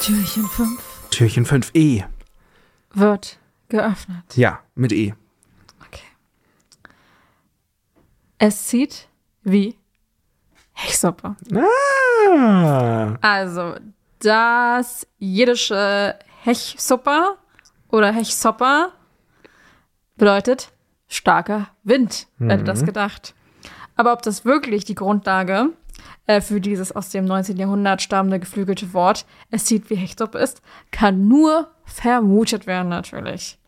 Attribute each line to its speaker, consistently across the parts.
Speaker 1: Türchen 5
Speaker 2: Türchen E. 5E.
Speaker 1: wird geöffnet.
Speaker 2: Ja, mit E.
Speaker 1: Okay. Es zieht wie Hechsuppe.
Speaker 2: Ah.
Speaker 1: Also, das jiddische Hechsuppe oder Hechsuppe bedeutet starker Wind, wer hätte das gedacht. Aber ob das wirklich die Grundlage äh, für dieses aus dem 19. Jahrhundert stammende geflügelte Wort, es sieht wie Hechtsuppe ist, kann nur vermutet werden natürlich.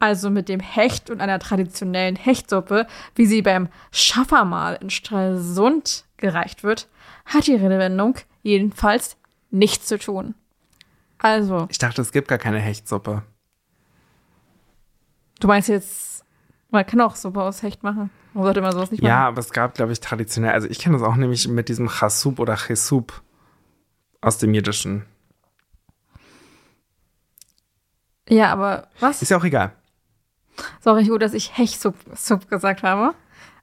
Speaker 1: Also mit dem Hecht und einer traditionellen Hechtsuppe, wie sie beim Schaffermahl in Stralsund gereicht wird, hat die Redewendung jedenfalls nichts zu tun. Also,
Speaker 2: Ich dachte, es gibt gar keine Hechtsuppe.
Speaker 1: du meinst jetzt, man kann auch Suppe aus Hecht machen. Man sollte man sowas nicht
Speaker 2: Ja,
Speaker 1: machen.
Speaker 2: aber es gab, glaube ich, traditionell, also ich kenne das auch nämlich mit diesem Chasub oder Chesub aus dem Jiddischen.
Speaker 1: Ja, aber was?
Speaker 2: Ist ja auch egal.
Speaker 1: Ist auch richtig gut, dass ich Hechsupp gesagt habe.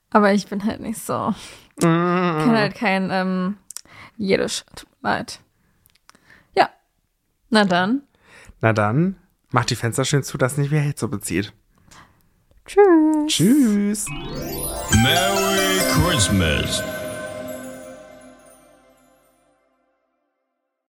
Speaker 1: Aber ich bin halt nicht so. Ich kann halt kein ähm, Jiddisch. Tut mir leid. Ja. Na dann.
Speaker 2: Na dann, mach die Fenster schön zu, dass nicht wieder Hechtsuppe zieht.
Speaker 1: Tschüss.
Speaker 2: Tschüss.
Speaker 3: Merry Christmas.